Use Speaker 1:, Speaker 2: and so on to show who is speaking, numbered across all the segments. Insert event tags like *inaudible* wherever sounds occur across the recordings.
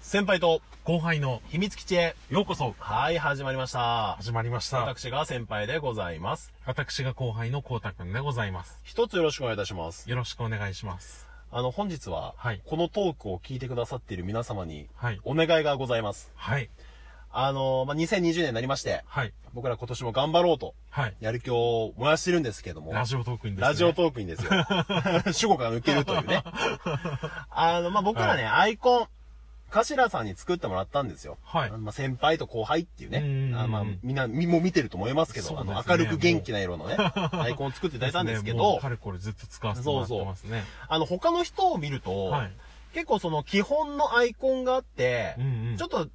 Speaker 1: 先輩と
Speaker 2: 後輩の
Speaker 1: 秘密基地へ。
Speaker 2: ようこそ
Speaker 1: はい、始まりました。
Speaker 2: 始まりました。
Speaker 1: 私が先輩でございます。
Speaker 2: 私が後輩のこうたくんでございます。
Speaker 1: 一つよろしくお願いいたします。
Speaker 2: よろしくお願いします。
Speaker 1: あの、本日は、
Speaker 2: はい
Speaker 1: このトークを聞いてくださっている皆様に、
Speaker 2: はい
Speaker 1: お願いがございます。
Speaker 2: はい。
Speaker 1: あの、まあ、2020年になりまして、
Speaker 2: はい。
Speaker 1: 僕ら今年も頑張ろうと、
Speaker 2: はい。
Speaker 1: やる気を燃やしてるんですけども、
Speaker 2: ラジオトークにですね。
Speaker 1: ラジオトークにですよ。 *laughs* 主語が抜けるという
Speaker 2: *laughs*
Speaker 1: ね。あの、まあ、僕らね、アイコン、頭さんに作ってもらったんですよ。
Speaker 2: はい
Speaker 1: まあ、先輩と後輩っていうね。
Speaker 2: うんうんうん
Speaker 1: あまあ、みんな、みもう見てると思いますけど、
Speaker 2: そう
Speaker 1: あ
Speaker 2: ですね
Speaker 1: の、明るく元気な色のね、アイコンを作っていただいたんです
Speaker 2: *laughs*
Speaker 1: けど、
Speaker 2: かれこれずっと使わせてもらってますね。
Speaker 1: あの、他の人を見ると、
Speaker 2: はい
Speaker 1: 結構その基本のアイコンがあって、
Speaker 2: うんうん
Speaker 1: ちょっと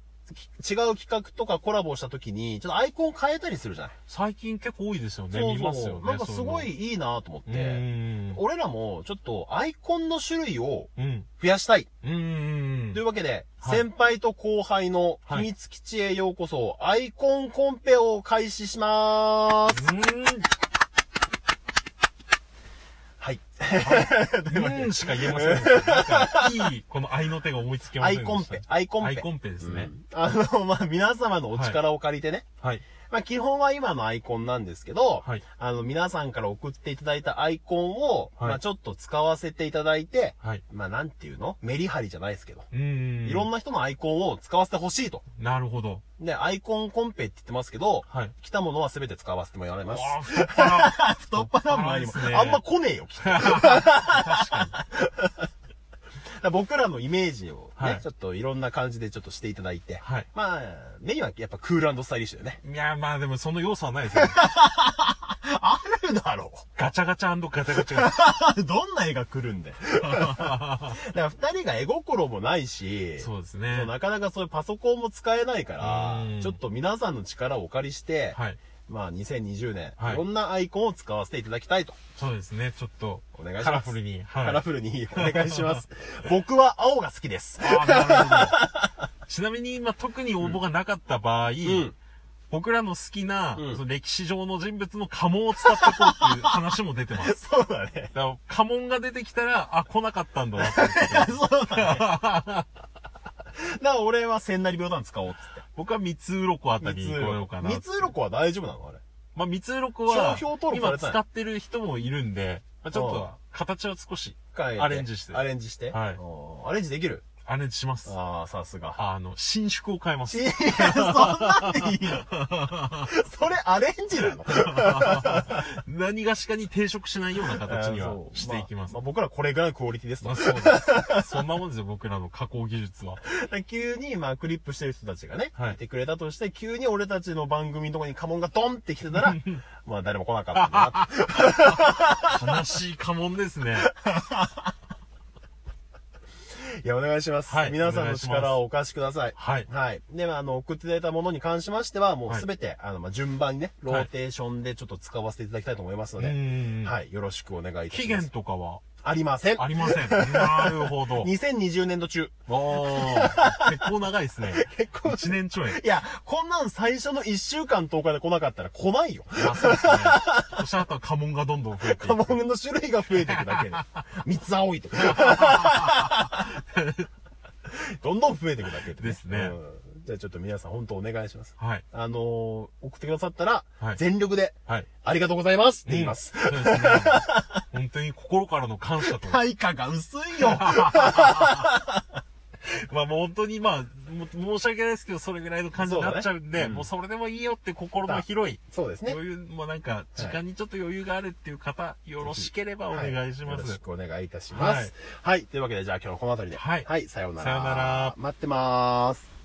Speaker 1: き違う企画とかコラボをした時に、ちょっとアイコン変えたりするじゃない
Speaker 2: 最近結構多いですよね。
Speaker 1: そう
Speaker 2: 見
Speaker 1: そう
Speaker 2: ますよね。
Speaker 1: なんかすごい
Speaker 2: そう
Speaker 1: いいなと思っ
Speaker 2: うのう
Speaker 1: て、
Speaker 2: ん。
Speaker 1: 俺らもちょっとアイコンの種類を
Speaker 2: うん。
Speaker 1: 増やしたい。
Speaker 2: うんうん。
Speaker 1: といううわけで、
Speaker 2: はい
Speaker 1: 先輩と後輩の秘密基地へようこそ、アイコンコンペを開始しまーす。はい。
Speaker 2: ん。うんしか言えませんでした。なんかいい、この愛の手が思いつけ
Speaker 1: *laughs*
Speaker 2: ま
Speaker 1: ア
Speaker 2: せん
Speaker 1: イ
Speaker 2: で
Speaker 1: コン
Speaker 2: した。
Speaker 1: ペ、アイコンペ。
Speaker 2: アイコンペですね。
Speaker 1: あの、まあ、皆様のお力を借りてね、
Speaker 2: はい。
Speaker 1: まあ、基本は今のアイコンなんですけど、
Speaker 2: はい
Speaker 1: あの、皆さんから送っていただいたアイコンを、
Speaker 2: はい
Speaker 1: まあ、ちょっと使わせていただいて、
Speaker 2: はい。
Speaker 1: まあ、なんていうのメリハリじゃないですけど、
Speaker 2: うん。
Speaker 1: いろんな人のアイコンを使わせてほしいと。
Speaker 2: なるほど。
Speaker 1: で、アイコンコンペって言ってますけど、
Speaker 2: はい。
Speaker 1: 来たものは全て使わせてもらいます。
Speaker 2: わあ、太っ腹。
Speaker 1: 太っ腹も何も
Speaker 2: 太っ腹ですね
Speaker 1: あんま来ねえよ、きっとだから僕らのイメージをね、
Speaker 2: はい
Speaker 1: ちょっといろんな感じでちょっとしていただいて、
Speaker 2: はい
Speaker 1: まあ、メインはやっぱクールスタイリッシュだよね。
Speaker 2: いや、まあでもその要素はないですよ。
Speaker 1: あるだ
Speaker 2: *laughs*
Speaker 1: ろう
Speaker 2: ガチャガチャガチャガチャ。
Speaker 1: どんな絵が来るんだよ。 *laughs* だから二人が絵心もないし、
Speaker 2: そうです
Speaker 1: そ
Speaker 2: ね
Speaker 1: う。なかなかそういうパソコンも使えないか
Speaker 2: う
Speaker 1: ら、
Speaker 2: ん
Speaker 1: ちょっと皆さんの力をお借りして、
Speaker 2: はい。
Speaker 1: まあ2020年、、
Speaker 2: はいい
Speaker 1: ろんなアイコンを使わせていただきたいと。
Speaker 2: そうですね。ちょっと、
Speaker 1: お願いします
Speaker 2: カラフルに。
Speaker 1: カラ
Speaker 2: はい。
Speaker 1: フルにお願いします。 *laughs* 僕は青が好き
Speaker 2: *laughs*
Speaker 1: です。
Speaker 2: あーなるほど。ちなみに今特に応募がなかった場合、
Speaker 1: ん
Speaker 2: 僕らの好きな、
Speaker 1: うん
Speaker 2: その歴史上の人物の家紋を使ってこうっていう話も出て
Speaker 1: *laughs*
Speaker 2: ます。
Speaker 1: そうだ
Speaker 2: *laughs*
Speaker 1: ね。
Speaker 2: だから家紋が出てきたら、あ、来なかったんだなって
Speaker 1: そうだね。だ *laughs* から俺は千成病団使おうっつって。
Speaker 2: 僕は三つ鱗あたりに来ようかな。
Speaker 1: 三つ鱗は大丈夫なのあれ。
Speaker 2: まあ三つ鱗
Speaker 1: 商
Speaker 2: は
Speaker 1: 標登、録され
Speaker 2: 今
Speaker 1: てない
Speaker 2: 使ってる人もいるんで、まあちょっと
Speaker 1: あ、
Speaker 2: 形を少し、
Speaker 1: 変えて
Speaker 2: アレンジして
Speaker 1: アレンジして。
Speaker 2: はい
Speaker 1: おーアレンジできる
Speaker 2: アレンジします。
Speaker 1: ああ、さすが。
Speaker 2: あの、伸縮を変えま
Speaker 1: い
Speaker 2: す。
Speaker 1: や、そんなんでいいのそれアレンジなの
Speaker 2: *laughs* 何がしかに抵触しないような形に
Speaker 1: あー
Speaker 2: は
Speaker 1: そう
Speaker 2: していきます。
Speaker 1: ああ僕らこれぐらいのクオリティですと
Speaker 2: まあ、。そ
Speaker 1: *laughs*
Speaker 2: うです。そんなもんですよ、僕らの加工技術は。
Speaker 1: 急に、まあ、クリップしてる人たちがね、
Speaker 2: はい
Speaker 1: いてくれたとして、急に俺たちの番組のとこに家紋がドンって来てた
Speaker 2: *laughs*
Speaker 1: ら、まあ、誰も来なかったんだなって。
Speaker 2: 悲しい家紋ですね。 *laughs*
Speaker 1: いや、お願いします。
Speaker 2: はい
Speaker 1: 皆さん
Speaker 2: お願
Speaker 1: の
Speaker 2: いします
Speaker 1: 力をお貸しください。
Speaker 2: はい。
Speaker 1: はい。で、まああの、送っていただいたものに関しましては、もう
Speaker 2: はい
Speaker 1: すべて、あの、まあ、順番にね、ロ
Speaker 2: はい
Speaker 1: ーテーションでちょっと使わせていただきたいと思いますの
Speaker 2: う
Speaker 1: で、
Speaker 2: ん。
Speaker 1: はい。よろしくお願いいた
Speaker 2: 期
Speaker 1: しま
Speaker 2: 限
Speaker 1: す。
Speaker 2: とかは
Speaker 1: ありません。
Speaker 2: ありません。なる
Speaker 1: *laughs*
Speaker 2: ほど。
Speaker 1: 2020年度中。
Speaker 2: おー結構長いですね。
Speaker 1: *laughs* 結構
Speaker 2: 1年ちょい。
Speaker 1: いや、こんなん最初の1週間10日で来なかったら来ないよ。
Speaker 2: まあ、そうですね。そしたらあとは家紋がどんどん増えてい
Speaker 1: 家
Speaker 2: く。
Speaker 1: 紋の種類が増えていくだけ
Speaker 2: *laughs*
Speaker 1: で。三つ青いとか。どんどん増えていくだけで、
Speaker 2: ですね
Speaker 1: うんじゃあちょっと皆さん本当お願いします。
Speaker 2: はい。
Speaker 1: あのー送ってくださったら、
Speaker 2: はい
Speaker 1: 全力で、
Speaker 2: はい。
Speaker 1: ありがとうございますって言います。
Speaker 2: うん。そうですね。本当に心からの感謝と。
Speaker 1: 対価が薄い
Speaker 2: *laughs*
Speaker 1: よ。
Speaker 2: まあもう本当にまあ、も申し訳ないですけど、それぐらいの感じになっちゃう
Speaker 1: そ
Speaker 2: んで、
Speaker 1: うだねうん
Speaker 2: もうそれでもいいよって心の広い、
Speaker 1: そうですね。
Speaker 2: 余裕、もうなんか、時間にちょっと余裕があるっていう方、よろしければお願いしま
Speaker 1: はよろし
Speaker 2: す。
Speaker 1: くお願いいたします。はい。というわけで、じゃあ今日はこの辺りで。
Speaker 2: はい
Speaker 1: はい、さようなら。
Speaker 2: さようなら
Speaker 1: 待ってまーす。